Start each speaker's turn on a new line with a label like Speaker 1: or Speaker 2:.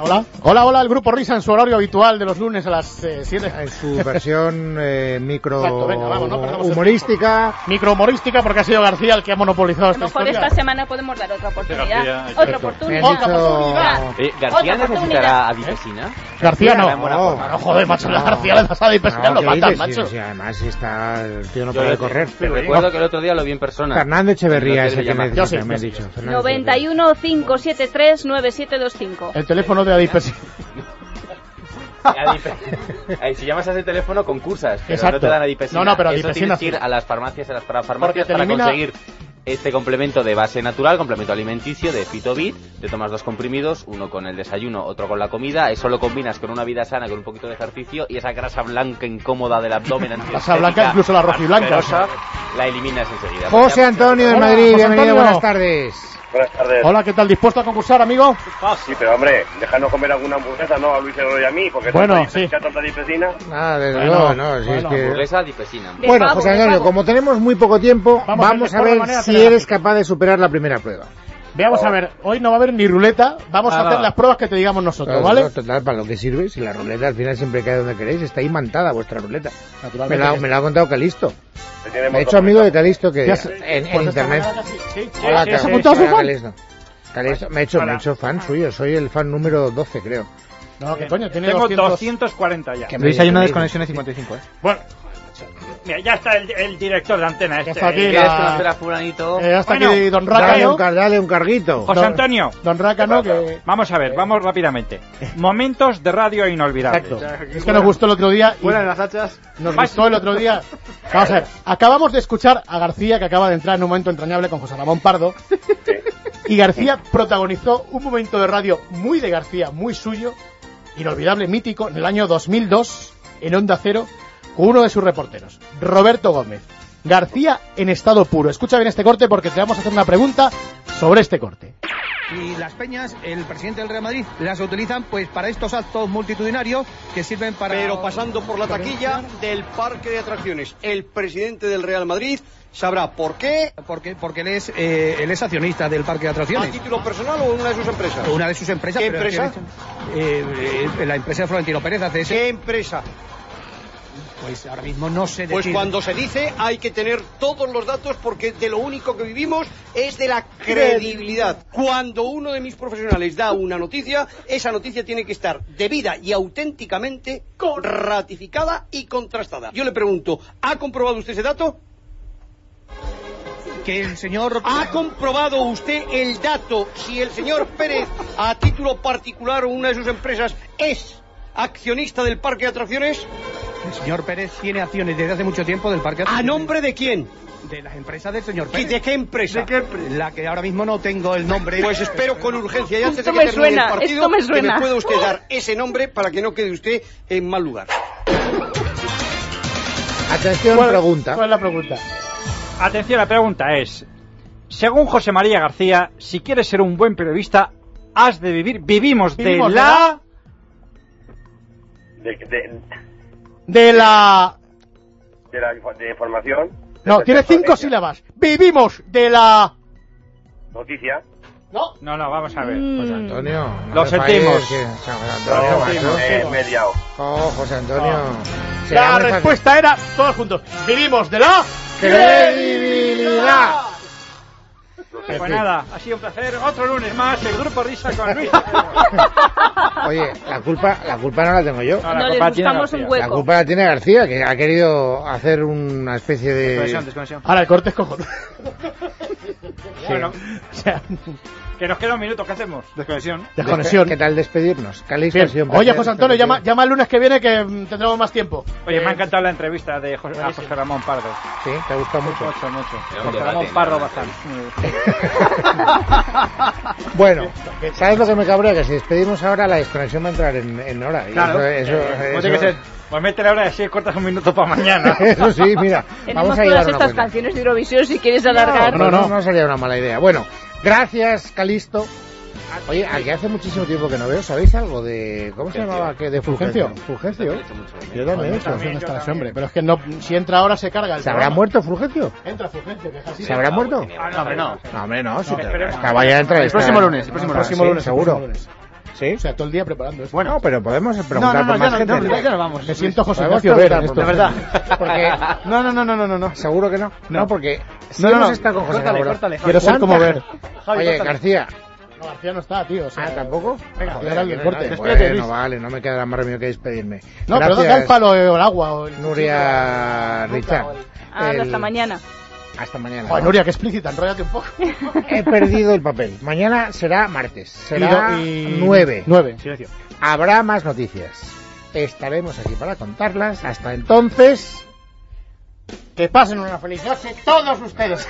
Speaker 1: Hola, hola, hola, el grupo Risa en su horario habitual de los lunes a las eh, 7.
Speaker 2: En su versión eh, micro
Speaker 1: Exacto, venga, vamos, no perdamos el
Speaker 2: humorística.
Speaker 1: Microhumorística, porque ha sido García el que ha monopolizado
Speaker 3: A
Speaker 1: esta
Speaker 3: lo mejor
Speaker 1: historia.
Speaker 3: esta semana podemos dar otra
Speaker 4: García,
Speaker 3: oportunidad.
Speaker 4: hay que-
Speaker 3: Otra
Speaker 2: Me
Speaker 3: oportunidad.
Speaker 2: han
Speaker 3: Otra
Speaker 2: dicho...
Speaker 3: oportunidad.
Speaker 4: Eh, ¿García
Speaker 3: Otra
Speaker 4: necesitará adipesina?
Speaker 1: García no.
Speaker 4: buena
Speaker 2: No,
Speaker 1: Bueno, joder, macho, la García le das a
Speaker 2: No,
Speaker 1: Dipesina, lo
Speaker 2: ¿qué
Speaker 1: matan,
Speaker 2: dices? Sí,
Speaker 1: Pues macho.
Speaker 2: sí, además está el tío no
Speaker 4: Yo
Speaker 2: puede
Speaker 4: le-
Speaker 2: correr.
Speaker 4: te Recuerdo que el otro día lo vi en persona.
Speaker 2: Fernando Echeverría
Speaker 4: No
Speaker 2: es
Speaker 4: te
Speaker 2: el que
Speaker 4: llamas.
Speaker 2: me,
Speaker 1: Yo sí,
Speaker 2: me
Speaker 1: yo
Speaker 2: has
Speaker 1: sí.
Speaker 2: dicho. Fernando Echeverría.
Speaker 3: 91 573 9725.
Speaker 2: Eh,
Speaker 1: El teléfono de Adipesina.
Speaker 4: Adipe- Ay, si llamas a ese teléfono concursas, pero
Speaker 1: Exacto.
Speaker 4: no te dan adipesina.
Speaker 1: No, no, pero
Speaker 4: Eso
Speaker 1: adipesina
Speaker 4: tienes que ir
Speaker 1: sí.
Speaker 4: a las farmacias, a las para-
Speaker 1: Porque
Speaker 4: farmacias
Speaker 1: te
Speaker 4: para
Speaker 1: elimina-
Speaker 4: conseguir este complemento de base natural, complemento alimenticio de Fitobit. Te tomas dos comprimidos, uno con el desayuno, otro con la comida. Eso lo combinas con una vida sana, con un poquito de ejercicio y esa grasa blanca incómoda del abdomen. antiestética,
Speaker 1: blanca, incluso la rojiblanca.
Speaker 4: asquerosa, La eliminas enseguida.
Speaker 2: José Antonio de
Speaker 1: Hola,
Speaker 2: Madrid,
Speaker 1: José
Speaker 2: bienvenido,
Speaker 1: Antonio.
Speaker 2: buenas tardes.
Speaker 5: Buenas tardes.
Speaker 1: Hola, ¿qué tal? ¿Dispuesto a concursar, amigo?
Speaker 5: Sí, pero hombre, déjanos comer alguna hamburguesa, ¿no? A Luis Herrero y a mí, porque
Speaker 1: Bueno,
Speaker 5: tanta,
Speaker 1: sí.
Speaker 5: dipesina, tanta dipesina.
Speaker 2: Ah, desde
Speaker 1: Bueno,
Speaker 2: luego, no, si es
Speaker 1: bueno, pues
Speaker 2: que-
Speaker 4: Hamburguesa adipesina.
Speaker 3: De
Speaker 2: Bueno,
Speaker 3: pavo,
Speaker 2: José
Speaker 3: de
Speaker 2: Antonio,
Speaker 3: pavo.
Speaker 2: como tenemos muy poco tiempo,
Speaker 1: Vamos a ver
Speaker 2: vamos,
Speaker 1: de
Speaker 2: a
Speaker 1: cuál
Speaker 2: ver
Speaker 1: manera
Speaker 2: si
Speaker 1: tenemos.
Speaker 2: eres capaz de superar la primera prueba.
Speaker 1: Veamos a ver, hoy no va a haber ni ruleta, vamos a
Speaker 4: Nada.
Speaker 1: hacer las pruebas que te digamos nosotros,
Speaker 2: Claro,
Speaker 1: ¿vale?
Speaker 2: no, total, para lo que sirve, si la ruleta al final siempre cae donde queréis, está imantada vuestra ruleta. Me
Speaker 1: Naturalmente.
Speaker 2: la, me la ha contado Calisto.
Speaker 5: Te
Speaker 2: Me
Speaker 5: tiene
Speaker 2: he
Speaker 5: montón
Speaker 2: hecho amigo de Calisto que
Speaker 1: ¿Qué hace?
Speaker 2: en, en
Speaker 1: Pues esta
Speaker 2: internet.
Speaker 1: mañana sí, sí, sí,
Speaker 2: Hola,
Speaker 1: sí,
Speaker 2: Calisto.
Speaker 1: sí, sí,
Speaker 2: Hola,
Speaker 1: sí.
Speaker 2: Calisto. Calisto, me he hecho, me he hecho fan suyo, soy el fan número 12, creo.
Speaker 1: No, que coño, tiene
Speaker 6: Tengo
Speaker 1: 200.
Speaker 6: 240 ya.
Speaker 2: Que me
Speaker 7: Luis, hay
Speaker 2: dice,
Speaker 7: una
Speaker 2: me
Speaker 7: desconexión de 55, ¿eh?
Speaker 1: Bueno,
Speaker 6: Mira, ya está el, el director de antena este.
Speaker 1: está aquí.
Speaker 6: eh.
Speaker 4: ¿Quieres
Speaker 1: la-
Speaker 4: conocer a fulanito?
Speaker 1: eh, hasta
Speaker 6: Bueno,
Speaker 1: aquí Don
Speaker 2: dice,
Speaker 1: Raca,
Speaker 2: Dale
Speaker 1: ¿no?
Speaker 2: un, car- dale un carguito.
Speaker 6: José
Speaker 1: No.
Speaker 6: Antonio,
Speaker 1: Don Raca, ¿no? Que...
Speaker 6: vamos a
Speaker 1: Eh.
Speaker 6: ver, vamos rápidamente. Momentos de radio inolvidables.
Speaker 1: Exacto. Es que nos gustó el otro día y
Speaker 7: las hachas.
Speaker 1: nos gustó el otro día. Vamos a ver, acabamos de escuchar a García que acaba de entrar en un momento entrañable con José Ramón Pardo. Y García protagonizó un momento de radio muy de García, muy suyo, inolvidable, mítico, en el año 2002, en Onda Cero, con uno de sus reporteros, Roberto Gómez. García en estado puro. Escucha bien este corte porque te vamos a hacer una pregunta sobre este corte.
Speaker 7: Y las peñas, el presidente del Real Madrid, las utilizan pues para estos actos multitudinarios que sirven para...
Speaker 8: Pero pasando por la taquilla del parque de atracciones, el presidente del Real Madrid sabrá por qué,
Speaker 7: Porque, porque él, es, eh, él es accionista del parque de
Speaker 8: a
Speaker 7: atracciones.
Speaker 8: título personal o en una de sus empresas.
Speaker 7: Una de sus empresas...
Speaker 8: Ah, ¿Qué
Speaker 7: pero
Speaker 8: empresa?
Speaker 7: tiene- eh, eh, la empresa de Florentino Pérez hace eso.
Speaker 8: ¿Qué empresa?
Speaker 7: Pues ahora mismo no sé
Speaker 8: Pues
Speaker 7: decir.
Speaker 8: cuando se dice hay que tener todos los datos porque de lo único que vivimos es de la credibilidad. Cuando uno de mis profesionales da una noticia, esa noticia tiene que estar debida y auténticamente ratificada y contrastada. Yo le pregunto, ¿ha comprobado usted ese dato?
Speaker 7: Que el señor...
Speaker 8: ¿Ha comprobado usted el dato si el señor Pérez, a título particular o una de sus empresas, es accionista del parque de atracciones?
Speaker 7: El señor Pérez tiene acciones desde hace mucho tiempo del parque de
Speaker 8: ¿A
Speaker 7: atracciones.
Speaker 8: nombre de quién?
Speaker 7: De las empresas del señor
Speaker 8: ¿Y
Speaker 7: Pérez.
Speaker 8: de qué empresa?
Speaker 7: La que ahora mismo no tengo el nombre.
Speaker 8: Pues espero con urgencia y antes
Speaker 3: Esto
Speaker 8: de que
Speaker 3: me
Speaker 8: termine
Speaker 3: suena,
Speaker 8: el partido
Speaker 3: esto me
Speaker 8: que
Speaker 3: suena.
Speaker 8: me pueda
Speaker 7: ¡Oh!
Speaker 8: usted dar ese nombre para que no quede usted en mal lugar.
Speaker 2: Atención, pregunta.
Speaker 1: ¿Cuál es la pregunta?
Speaker 6: Atención, la pregunta es: según José María García, si quieres ser un buen periodista, has de vivir. Vivimos,
Speaker 1: Vivimos de
Speaker 6: de la.
Speaker 5: De, de,
Speaker 1: De la...
Speaker 5: de la info- de información.
Speaker 1: No,
Speaker 5: De-
Speaker 1: tiene
Speaker 5: de-
Speaker 1: cinco
Speaker 5: de-
Speaker 1: sílabas. Vivimos de la...
Speaker 5: Noticia.
Speaker 1: No.
Speaker 6: No, no, vamos a ver.
Speaker 1: Mm.
Speaker 6: Pues
Speaker 2: José Antonio. no
Speaker 6: Lo
Speaker 2: me
Speaker 6: sentimos.
Speaker 2: falles, que- José Antonio, macho.
Speaker 5: eh, mediao.
Speaker 2: Oh, José Antonio. Será
Speaker 1: La
Speaker 2: muy fácil.
Speaker 1: respuesta era, todos juntos, vivimos de la...
Speaker 2: Credibilidad.
Speaker 6: Pues nada, ha sido un placer. Otro lunes más, el grupo Risa con Luis.
Speaker 2: Oye, la culpa, la culpa no la tengo yo.
Speaker 1: Ah.
Speaker 6: Ahora,
Speaker 3: No les
Speaker 6: compa, tiene
Speaker 3: buscamos un
Speaker 6: García.
Speaker 2: La
Speaker 3: hueco.
Speaker 2: culpa la tiene García, que ha querido hacer una especie de...
Speaker 1: Ahora, el corte es cojonudo.
Speaker 6: Bueno,
Speaker 1: o sea,
Speaker 6: que nos queda un minuto, ¿qué hacemos?
Speaker 7: Desconexión.
Speaker 1: desconexión.
Speaker 2: ¿Qué tal despedirnos? Calixto,
Speaker 1: Bien.
Speaker 2: ha sido un
Speaker 1: Oye,
Speaker 2: placer.
Speaker 1: José Antonio, llama, llama el lunes que viene que mm, tendremos más tiempo.
Speaker 6: Oye, me ha encantado la entrevista de José, a José Ramón Pardo.
Speaker 2: Sí, te ha gustado mucho.
Speaker 6: Mucho, mucho.
Speaker 4: Era un
Speaker 6: José
Speaker 4: debate,
Speaker 6: Ramón
Speaker 4: ¿no?
Speaker 6: Pardo bastante.
Speaker 2: Bueno, ¿sabes lo que me cabrea? Que si despedimos ahora, la desconexión va a entrar en, en hora. Y
Speaker 6: Claro.
Speaker 2: Eso, eso,
Speaker 6: Eh, pues
Speaker 2: eso-
Speaker 6: tiene que ser. Pues métele ahora y así cortas un minuto para mañana.
Speaker 2: eso sí, mira.
Speaker 3: Tenemos
Speaker 2: Vamos a
Speaker 3: todas
Speaker 2: llevar
Speaker 3: estas
Speaker 2: una cuenta.
Speaker 3: canciones de Eurovisión si quieres alargar.
Speaker 2: No, no, no, no sería una mala idea. Bueno, gracias, Calisto. Oye, aquí hace muchísimo tiempo que no veo, ¿sabéis algo de. ¿Cómo se llamaba? aquel? ¿De Fulgencio? Fulgencio.
Speaker 1: eh,
Speaker 2: Yo también he hecho.
Speaker 1: ¿Dónde está ese hombre? Pero es que no, si entra ahora se carga el
Speaker 2: ¿Se habrá
Speaker 1: programa.
Speaker 2: muerto Fulgencio?
Speaker 1: Entra Fulgencio, que es así.
Speaker 2: ¿Se habrá muerto?
Speaker 6: Ah,
Speaker 4: No, hombre, no.
Speaker 2: No, hombre, no. Si te-
Speaker 6: esperemos.
Speaker 2: Estaba ya entrevistado.
Speaker 7: próximo lunes, el
Speaker 2: próximo
Speaker 1: lunes.
Speaker 2: seguro.
Speaker 1: el próximo lunes.
Speaker 2: ¿Sí?
Speaker 1: O sea, todo el día preparando esto.
Speaker 2: Bueno, pero podemos preguntar
Speaker 9: no,
Speaker 2: por
Speaker 9: ya
Speaker 2: más
Speaker 9: no,
Speaker 2: gente.
Speaker 9: no, ya no vamos.
Speaker 1: Me siento José
Speaker 2: Podemos
Speaker 1: Ignacio Vera en
Speaker 2: preguntar
Speaker 1: estos
Speaker 2: por
Speaker 1: momentos.
Speaker 2: más gente.
Speaker 9: No, no, no, no, no, no. no.
Speaker 2: Porque, seguro que no. No, porque si
Speaker 9: No, no,
Speaker 2: hemos
Speaker 9: no.
Speaker 2: estado con José
Speaker 9: Córtale, córtale,
Speaker 2: Carbonell.
Speaker 9: Javi.
Speaker 1: Quiero ser como
Speaker 2: ¿Cuánta-
Speaker 1: ver.
Speaker 9: Javi,
Speaker 2: Oye,
Speaker 9: córtale.
Speaker 2: García.
Speaker 1: No, García no está, tío. o sea,
Speaker 2: Ah, ¿tampoco?
Speaker 1: Venga,
Speaker 2: Joder,
Speaker 1: dale el
Speaker 2: que-
Speaker 1: corte.
Speaker 2: Bueno,
Speaker 1: Espérate, Luis.
Speaker 2: vale, no me quedará más remedio que despedirme.
Speaker 1: No, pero
Speaker 2: Gracias,
Speaker 1: da el palo eh, o el agua. O el
Speaker 2: Nuria Richard.
Speaker 3: Ah,
Speaker 2: El-
Speaker 3: Hasta mañana.
Speaker 2: Hasta mañana.
Speaker 1: Joder, Nuria, qué explícita, enrollate un poco.
Speaker 2: He perdido el papel. Mañana será martes. Será
Speaker 1: Y- y-
Speaker 2: 9.
Speaker 1: Nueve.
Speaker 9: Silencio.
Speaker 2: Habrá más noticias. Estaremos aquí para contarlas. Hasta entonces.
Speaker 1: Que pasen una feliz noche todos ustedes.